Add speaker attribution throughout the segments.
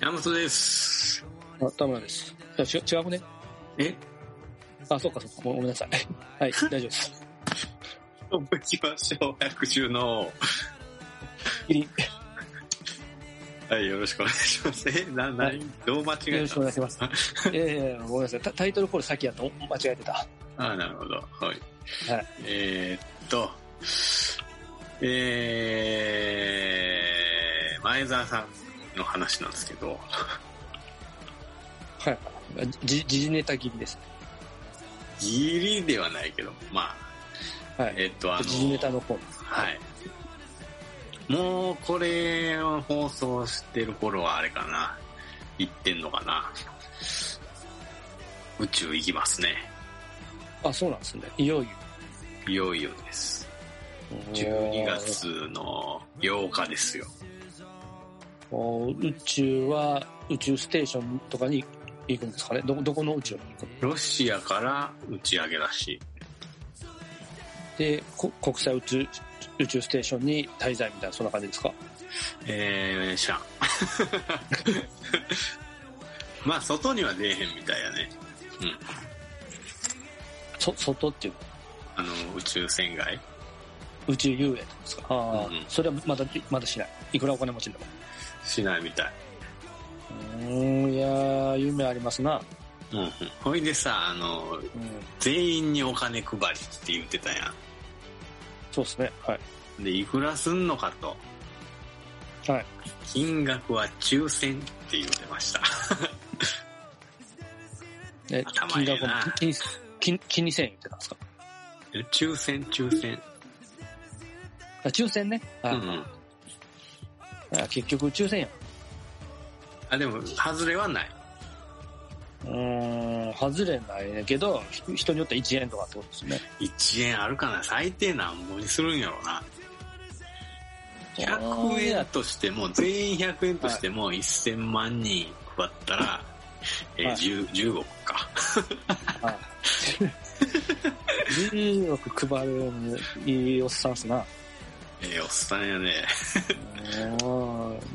Speaker 1: 松です。
Speaker 2: あ、田村です。いや、ち違うね。
Speaker 1: え
Speaker 2: あ、そうかそうか。ごごめんなさい。 はい、大丈夫です。
Speaker 1: 行きましょう。百中の。
Speaker 2: キリン、
Speaker 1: はい、よろしくお願いします。え、な、な、
Speaker 2: はい
Speaker 1: どう 間違
Speaker 2: よ
Speaker 1: え
Speaker 2: ろしくお願いします。 いやいやいや、ごめんなさい。タタイトルコール先やった。お間違えてた。
Speaker 1: たあ、なるほど。はい。
Speaker 2: はい
Speaker 1: えーっと、えー、前澤さんの話なんですけど、
Speaker 2: はい。じ、時事ネタ切りです。
Speaker 1: ギリではないけど、ま
Speaker 2: は
Speaker 1: あ、
Speaker 2: い。
Speaker 1: えーっと、あの、
Speaker 2: 時事ネタのコーナー。
Speaker 1: はい。もう、これを放送してる頃はあれかな。行ってんのかな。宇宙行きますね。
Speaker 2: あ、そうなんですね。いよいよ。
Speaker 1: いよいよです。12月の8日ですよ。
Speaker 2: おー。宇宙は、宇宙ステーションとかに行くんですかね。どこ、どこの宇宙に行くの
Speaker 1: ロシアから打ち上げらしい。
Speaker 2: で、こ国際宇宙、宇宙ステーションに滞在みたいな、そんな感じですか。
Speaker 1: えー、シャン。 まあ、外には出えへんみたいやね。
Speaker 2: そ、外っていうの
Speaker 1: あの、宇宙船外。
Speaker 2: 宇宙遊泳とかですか。ああ、
Speaker 1: うんうん
Speaker 2: それはまだ、まだしない。いくらお金持ちでも。
Speaker 1: しないみたい。
Speaker 2: うーん、いやー、夢ありますな。
Speaker 1: うんうん。ほいでさ、あの、
Speaker 2: うん、
Speaker 1: 全員にお金配りって言ってたや
Speaker 2: そうですね。はい。
Speaker 1: ん。で、いくらすんのかと。
Speaker 2: はい。
Speaker 1: 金額は抽選って言ってました。
Speaker 2: え、
Speaker 1: 頭
Speaker 2: 金
Speaker 1: いい
Speaker 2: 額も
Speaker 1: な
Speaker 2: 金、金、金2000円言ってたんですか
Speaker 1: え抽選、抽選。
Speaker 2: あ、抽選ね。
Speaker 1: う
Speaker 2: あ、
Speaker 1: んうん。
Speaker 2: あ結局抽選や。
Speaker 1: あ、でも、外れはない。
Speaker 2: うーん、外れないねんけど、ひ人によって1円とかってことですね。
Speaker 1: 1円あるかな最低なんぼにするんやろな。100円としても、全員100円としても、1000万人配ったら、えー
Speaker 2: はい
Speaker 1: 10 10億か。
Speaker 2: 10億配るのいいおっさんっすな。
Speaker 1: えーおっさんやね。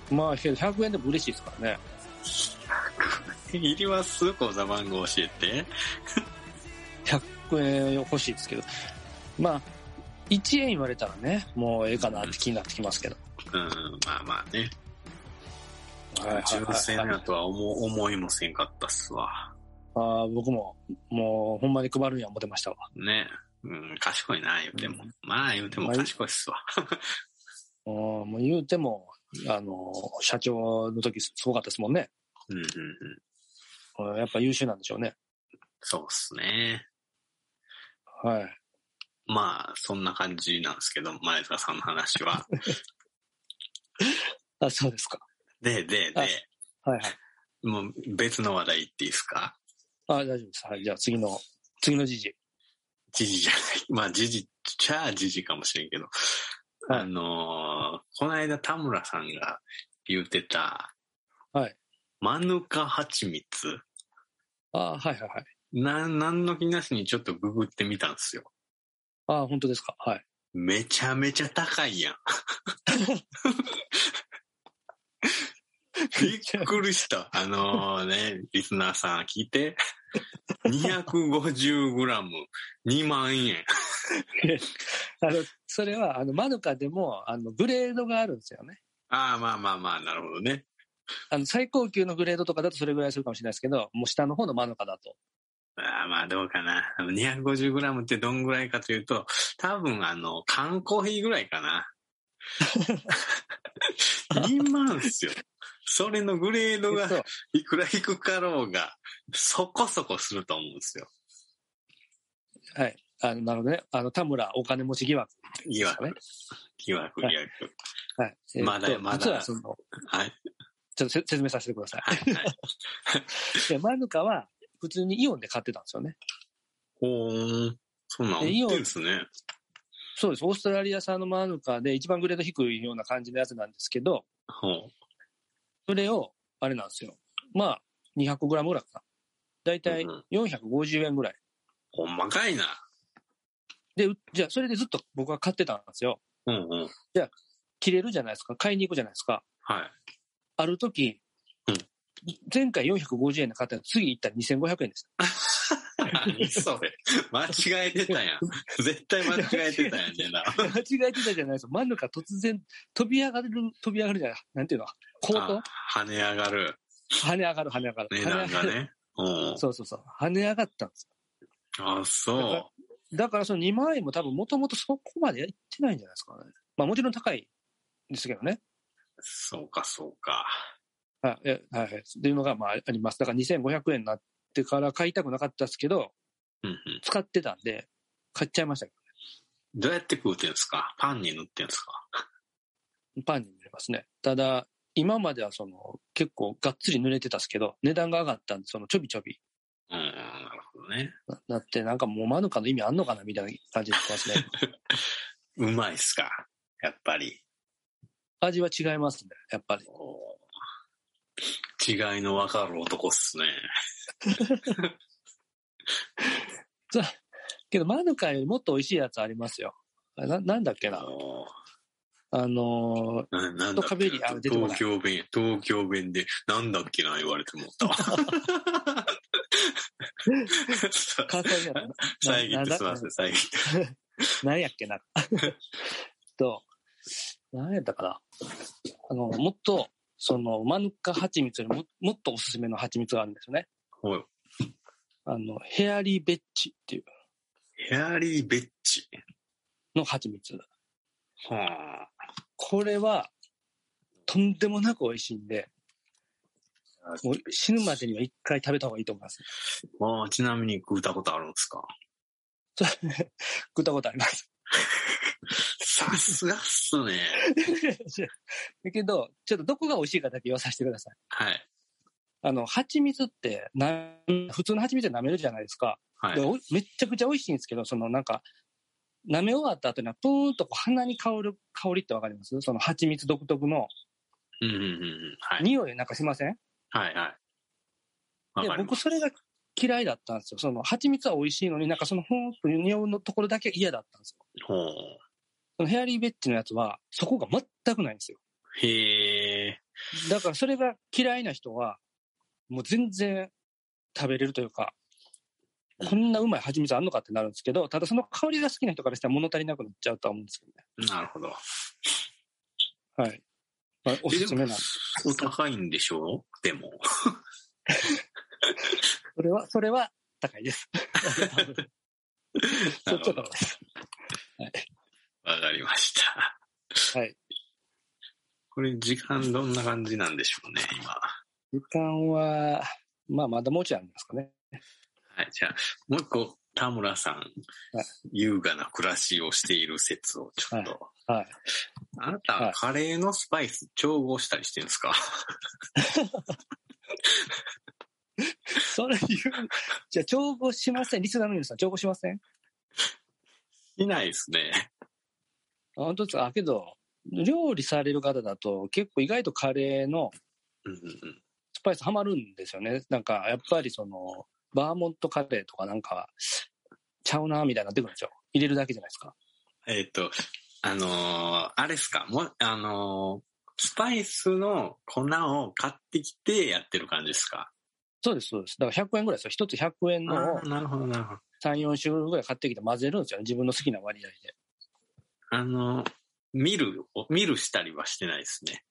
Speaker 2: うん。まあ、けど100円でも嬉しいですからね。
Speaker 1: いります口座番号教えて。
Speaker 2: 100円欲しいですけど。まあ、1円言われたらね、もうええかなって気になってきますけど。
Speaker 1: うん、まあまあね。
Speaker 2: はいはいはい
Speaker 1: 抽選やとは思う思いもせんかったっすわ。
Speaker 2: ああ、僕も、もう、ほんまに配るには思ってましたわ。
Speaker 1: ね。うん、賢いな、言うても。まあ言うても賢いっすわ。
Speaker 2: うん、もう言うても、あの、社長の時すごかったですもんね。
Speaker 1: うんうんうん。
Speaker 2: うんやっぱ優秀なんでしょうね。
Speaker 1: そうっすね。
Speaker 2: はい。
Speaker 1: まあ、そんな感じなんですけど、前田さんの話 は。
Speaker 2: あ、そうですか。
Speaker 1: で、で、
Speaker 2: あ
Speaker 1: で、
Speaker 2: はいはい。
Speaker 1: もう別の話題言っていいですか
Speaker 2: あ、大丈夫です。はい。じゃあ次の、次の時事。
Speaker 1: 時事じゃない。まあ、時事、ちゃあ時事かもしれんけど。
Speaker 2: はい
Speaker 1: あのーこの間田村さんが言ってた、
Speaker 2: はい。
Speaker 1: マヌカ蜂蜜。
Speaker 2: あはいはいはい。
Speaker 1: な、なんの気なしにちょっとググってみたんですよ。
Speaker 2: あ本当ですか。はい。
Speaker 1: めちゃめちゃ高いやん。びっくりした。あのね、リスナーさん聞いて。250g、2万円。
Speaker 2: あの、それは、あの、マヌカでも、あの、グレードがあるんですよね。
Speaker 1: ああ、まあまあまあ、なるほどね。
Speaker 2: あの、最高級のグレードとかだとそれぐらいするかもしれないですけど、もう下の方のマヌカだと。
Speaker 1: ああまあ、どうかな。あの 250g ってどんぐらいかというと、多分、あの、缶コーヒーぐらいかな。2万っすよ。それのグレードが
Speaker 2: そう
Speaker 1: いくら引くかろうが、そこそこすると思うんですよ。
Speaker 2: はい。あの、なるほどね。あの、田村お金持ち疑惑
Speaker 1: 疑
Speaker 2: ですかね
Speaker 1: 惑。。疑惑、疑
Speaker 2: はい
Speaker 1: 惑。
Speaker 2: はい。えーっと
Speaker 1: まだまだ
Speaker 2: 実はその、
Speaker 1: はい。
Speaker 2: ちょっとせ説明させてくださ
Speaker 1: はい。はい。
Speaker 2: い。で、マヌカは普通にイオンで買ってたんですよね。
Speaker 1: ほーん。そんなん売ってるんですね。
Speaker 2: そうです。オーストラリア産のマヌカで一番グレード低いような感じのやつなんですけど、
Speaker 1: ほう。
Speaker 2: それを、あれなんですよ。まあ、200グラムぐらいかな。だいたい
Speaker 1: うんうん
Speaker 2: 450円ぐらい。
Speaker 1: ほんまかいな。
Speaker 2: で、うじゃあ、それでずっと僕は買ってたんですよ。
Speaker 1: うんうん。
Speaker 2: 切れるじゃないですか。買いに行くじゃないですか。
Speaker 1: はい。
Speaker 2: ある時、
Speaker 1: うん
Speaker 2: 前回450円で買ったの次行ったら2500円でした。
Speaker 1: 何それ。間違えてたやん。絶対間違えてたやんねんな。
Speaker 2: 間違えてたじゃないですよ。真ん中突然飛び上がる、飛び上がるじゃない。なんていうの高騰
Speaker 1: あ跳ね上がる
Speaker 2: 跳ね上がる、跳ね上がる。
Speaker 1: 値
Speaker 2: 跳ね
Speaker 1: 段
Speaker 2: 上が
Speaker 1: が
Speaker 2: る。
Speaker 1: ね。うん。
Speaker 2: そうそうそう。跳ね上がったんです
Speaker 1: あ、そう。
Speaker 2: よ。だからその2万円も多分もともとそこまでいってないんじゃないですかね。まあもちろん高いですけどね。
Speaker 1: そうか、そうか。
Speaker 2: はい、えはいはい。っていうのがまああります。だから2500円になってから買いたくなかったですけど、
Speaker 1: うんうん。
Speaker 2: 使ってたんで、買っちゃいましたけ
Speaker 1: どうやって食うてんすかパンに塗ってんすか
Speaker 2: ど、パンに塗れますね。ただ、今まではその結構がっつり濡れてたんですけど、値段が上がったんで、そのちょびちょび
Speaker 1: うん、なるほどね。
Speaker 2: ななって、なんかもうマヌカの意味あんのかなみたいな感じになってます ね。
Speaker 1: うまいっすかやっぱり。
Speaker 2: 味は違いますね、やっぱり。
Speaker 1: おー違いのわかる男っすね。
Speaker 2: けど、マヌカよりもっと美味しいやつありますよ。あななんだっけな。
Speaker 1: おー
Speaker 2: あのー
Speaker 1: ななんだ
Speaker 2: と
Speaker 1: っけ
Speaker 2: 壁にあ出てこない
Speaker 1: 東京弁、東京弁で、なんだっけな言われてもったわ。
Speaker 2: 関西弁やった
Speaker 1: 遮ってすいません、遮って。
Speaker 2: な。何やっけな。 と、何やったかな。あの、もっと、その、マヌカ蜂蜜よりももっとおすすめの蜂蜜があるんですよね。
Speaker 1: おい
Speaker 2: あの、ヘアリーベッチっていう
Speaker 1: ヘアリーベッチ。
Speaker 2: の蜂蜜。
Speaker 1: は
Speaker 2: これは、とんでもなく美味しいんで、
Speaker 1: あ。
Speaker 2: もう死ぬまでには一回食べた方がいいと思います。
Speaker 1: ああ、ちなみに食うたことあるんですか
Speaker 2: 食ったことあります。
Speaker 1: さすがっすね。
Speaker 2: だけど、ちょっとどこが美味しいかだけ言わさせてください。
Speaker 1: はい。
Speaker 2: あの、蜂蜜ってな、普通の蜂蜜って舐めるじゃないですか。
Speaker 1: はい
Speaker 2: で。おめっちゃくちゃ美味しいんですけど、そのなんか、舐め終わった後には、プーンとこう鼻に香る香りってわかりますその蜂蜜独特の
Speaker 1: うんうんうんうん。はい。
Speaker 2: 匂いなんかしません、
Speaker 1: はいはい。わ
Speaker 2: で
Speaker 1: かりま
Speaker 2: 僕
Speaker 1: す。
Speaker 2: それが嫌いだったんですよ。その蜂蜜は美味しいのになんかそのふーんと匂いのところだけ嫌だったんですよ。
Speaker 1: ほう。
Speaker 2: そのヘアリーベッジのやつはそこが全くないんですよ。
Speaker 1: へえ。
Speaker 2: だからそれが嫌いな人は、もう全然食べれるというか、こんなうまい蜂蜜あんのかってなるんですけど、ただその香りが好きな人からしたら物足りなくなっちゃうとは思うんですけどね。
Speaker 1: なるほど。
Speaker 2: はい。まあ、おすすめなんで。
Speaker 1: お高いんでしょうでも。
Speaker 2: それは、それは高いです。そ
Speaker 1: な
Speaker 2: っ
Speaker 1: る
Speaker 2: ち
Speaker 1: ほ
Speaker 2: は
Speaker 1: ど
Speaker 2: 高いです。
Speaker 1: わかりました。
Speaker 2: はい。
Speaker 1: これ時間どんな感じなんでしょうね、今。
Speaker 2: 時間は、まあまだもうちょいあるんですかね。
Speaker 1: はい、じゃあ、もう一個、田村さん
Speaker 2: はい、
Speaker 1: 優雅な暮らしをしている説をちょっと。
Speaker 2: はい。
Speaker 1: あなた、
Speaker 2: はい
Speaker 1: カレーのスパイス調合したりしてるんですか
Speaker 2: それ言う。じゃあ調合しません。リスナーの皆さん調合しません
Speaker 1: いないですね。
Speaker 2: あ本当ですかあけど、料理される方だと結構意外とカレーの
Speaker 1: うんうんうん
Speaker 2: スパイスハマるんですよね。なんか、やっぱりその、バーモントカレーとかなんか、ちゃうなみたいになってくるんですよ。入れるだけじゃないですか。
Speaker 1: えっ、と、あのーあれっすか、もう、あのースパイスの粉を買ってきてやってる感じですか
Speaker 2: そうです、そうです。だから100円ぐらいですよ。一つ100円
Speaker 1: あ
Speaker 2: のを
Speaker 1: あー、なるほど、なるほど。
Speaker 2: 3、4種類ぐらい買ってきて混ぜるんですよね。自分の好きな割合で。
Speaker 1: あのー見る、見るしたりはしてないですね。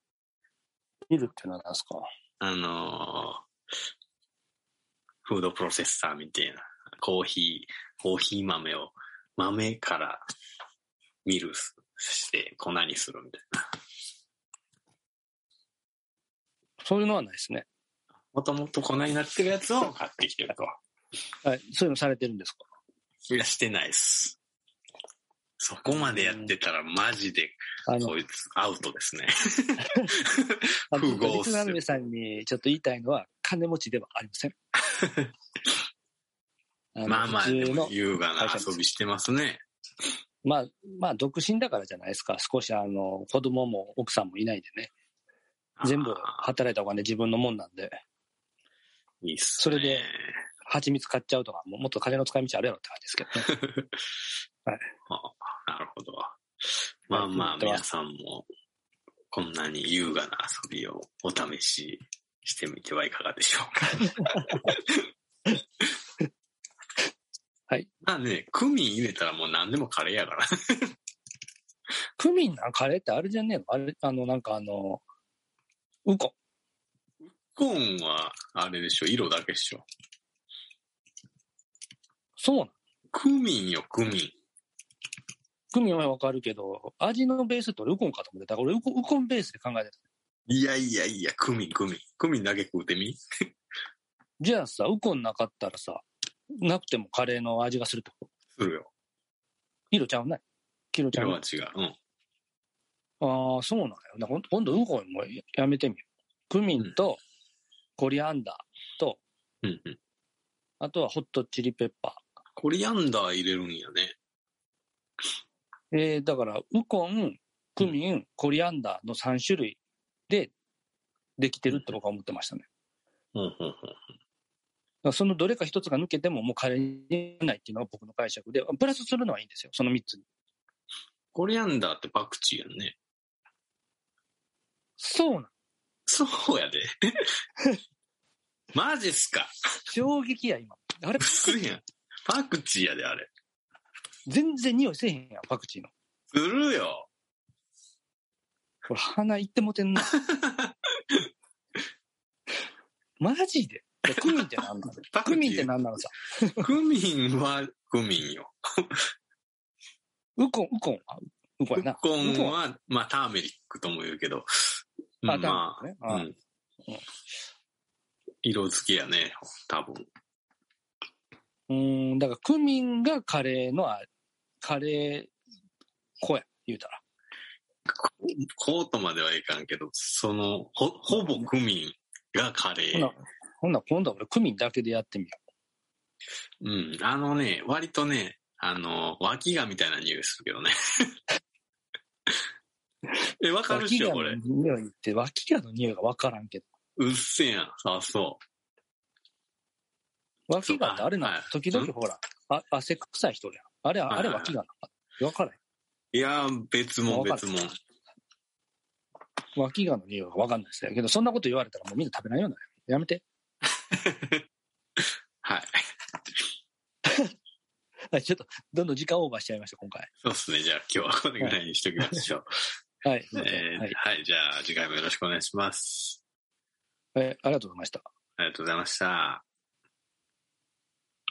Speaker 2: 見るっていうのは何ですか
Speaker 1: あのーフードプロセッサーみたいな、コーヒー、コーヒー豆を豆からミルスして粉にするみたいな。
Speaker 2: そういうのはないですね。
Speaker 1: もともと粉になってるやつを買ってきてると。
Speaker 2: はい。そういうのされてるんですか
Speaker 1: いや、してないっす。そこまでやってたらマジで
Speaker 2: あの
Speaker 1: こ、いつアウトですね。
Speaker 2: あ
Speaker 1: 不合
Speaker 2: の
Speaker 1: っす
Speaker 2: リスナーの皆さんにちょっと言いたいのは、金持ちではありま せん。の
Speaker 1: まあまあ、
Speaker 2: 普
Speaker 1: で
Speaker 2: 通の
Speaker 1: も優雅な遊びしてますね。
Speaker 2: まあ、まあ、独身だからじゃないですか。少し、あの、子供も奥さんもいないでね。全部
Speaker 1: あ
Speaker 2: 働いたお金自分のもんなんで、
Speaker 1: ーいいっす、ね。
Speaker 2: それで蜂蜜買っちゃうとか、ももっと金の使い道あるやろって感じですけどね。
Speaker 1: なるほど。まあまあ、皆さんも、こんなに優雅な遊びをお試ししてみてはいかがでしょうか。
Speaker 2: はい。
Speaker 1: まあね、クミン入れたらもう何でもカレーやから。
Speaker 2: クミンなカレーってあれじゃねえのあれ、あの、なんかあの、ウコン。
Speaker 1: コーンは、あれでしょ、色だけでしょ。
Speaker 2: そうなの
Speaker 1: クミンよ、クミン。
Speaker 2: クミンはわかるけど、味のベースって俺ウコンかと思ってた。だから俺ウコンウコンベースで考えてた。
Speaker 1: いやいやいや、クミン、クミン。クミンだけ食うてみ
Speaker 2: じゃあさ、ウコンなかったらさ、なくてもカレーの味がするってこと
Speaker 1: するよ。
Speaker 2: 色ちゃうない黄色ちゃう
Speaker 1: 色
Speaker 2: な
Speaker 1: はい違う。うん。
Speaker 2: ああ、そうなんよだから。今度ウコンもやめてみよう。クミンとコリアンダー、
Speaker 1: うんうん。
Speaker 2: あとはホットチリペッパ
Speaker 1: コリアンダー入れるんやね。
Speaker 2: ー。えー、だから、ウコン、クミン、コリアンダーの3種類でできてるって僕は思ってましたね。
Speaker 1: うんうんうん。
Speaker 2: だからそのどれか一つが抜けてももうカレーにならないっていうのが僕の解釈で、プラスするのはいいんですよ、その3つに。
Speaker 1: コリアンダーってパクチーやんね。
Speaker 2: そうなん。
Speaker 1: そうやで。 マジっすか。
Speaker 2: 衝撃や、今。あれ
Speaker 1: 普、通やん。パクチーやで、あれ。
Speaker 2: 全然匂いせえへんやん、パクチーの。
Speaker 1: するよ。
Speaker 2: これ鼻いってもてん な。マジでいやクミンってなんなの
Speaker 1: パ
Speaker 2: ク
Speaker 1: ク
Speaker 2: ミ
Speaker 1: チ
Speaker 2: ンって
Speaker 1: ー。
Speaker 2: なんなのさ。
Speaker 1: クミンはクミンよ。
Speaker 2: ウコン、ウコンはウコン
Speaker 1: ウ
Speaker 2: やな。
Speaker 1: コン
Speaker 2: は
Speaker 1: は、まあ、ターメリックとも言うけど。
Speaker 2: あ、
Speaker 1: ま
Speaker 2: だね。
Speaker 1: あ、う
Speaker 2: あ
Speaker 1: ん。色付けやね、多分。
Speaker 2: うーん、だからクミンがカレーのあ、カレー粉や、言うたら。
Speaker 1: コートまではいかんけど、その、ほ、ほぼクミンがカレ
Speaker 2: ほ
Speaker 1: ー
Speaker 2: な。、ほな今度は俺クミンだけでやってみよ
Speaker 1: うん。あのね、割とね、あの、脇がみたいな匂いするけどね。 え、わ
Speaker 2: う。
Speaker 1: かるっしょ、こ
Speaker 2: の
Speaker 1: れ。
Speaker 2: 匂いって、脇がの匂いがわからんけど。
Speaker 1: うっせえやん。あ、そ
Speaker 2: 脇がってあれなの
Speaker 1: はい
Speaker 2: 時々ほら、あ汗臭い人おるやん。あれ、
Speaker 1: はい
Speaker 2: あれ脇がなのかわから
Speaker 1: う。いやー、別もん、
Speaker 2: わか
Speaker 1: 別
Speaker 2: る
Speaker 1: もん。
Speaker 2: ん。脇がの匂いがわかんないですね。けど、そんなこと言われたらもうみんな食べないようになるやめて。
Speaker 1: はい。
Speaker 2: はい、ちょっと、どんどん時間オーバーしちゃいました、今回。
Speaker 1: そうっすね。じゃあ、今日はこれぐらいにしときましょう。
Speaker 2: はい。
Speaker 1: えー
Speaker 2: はい、
Speaker 1: はい。じゃあ、次回もよろしくお願いします。
Speaker 2: はい。ありがとうございました。
Speaker 1: ありがとうございました。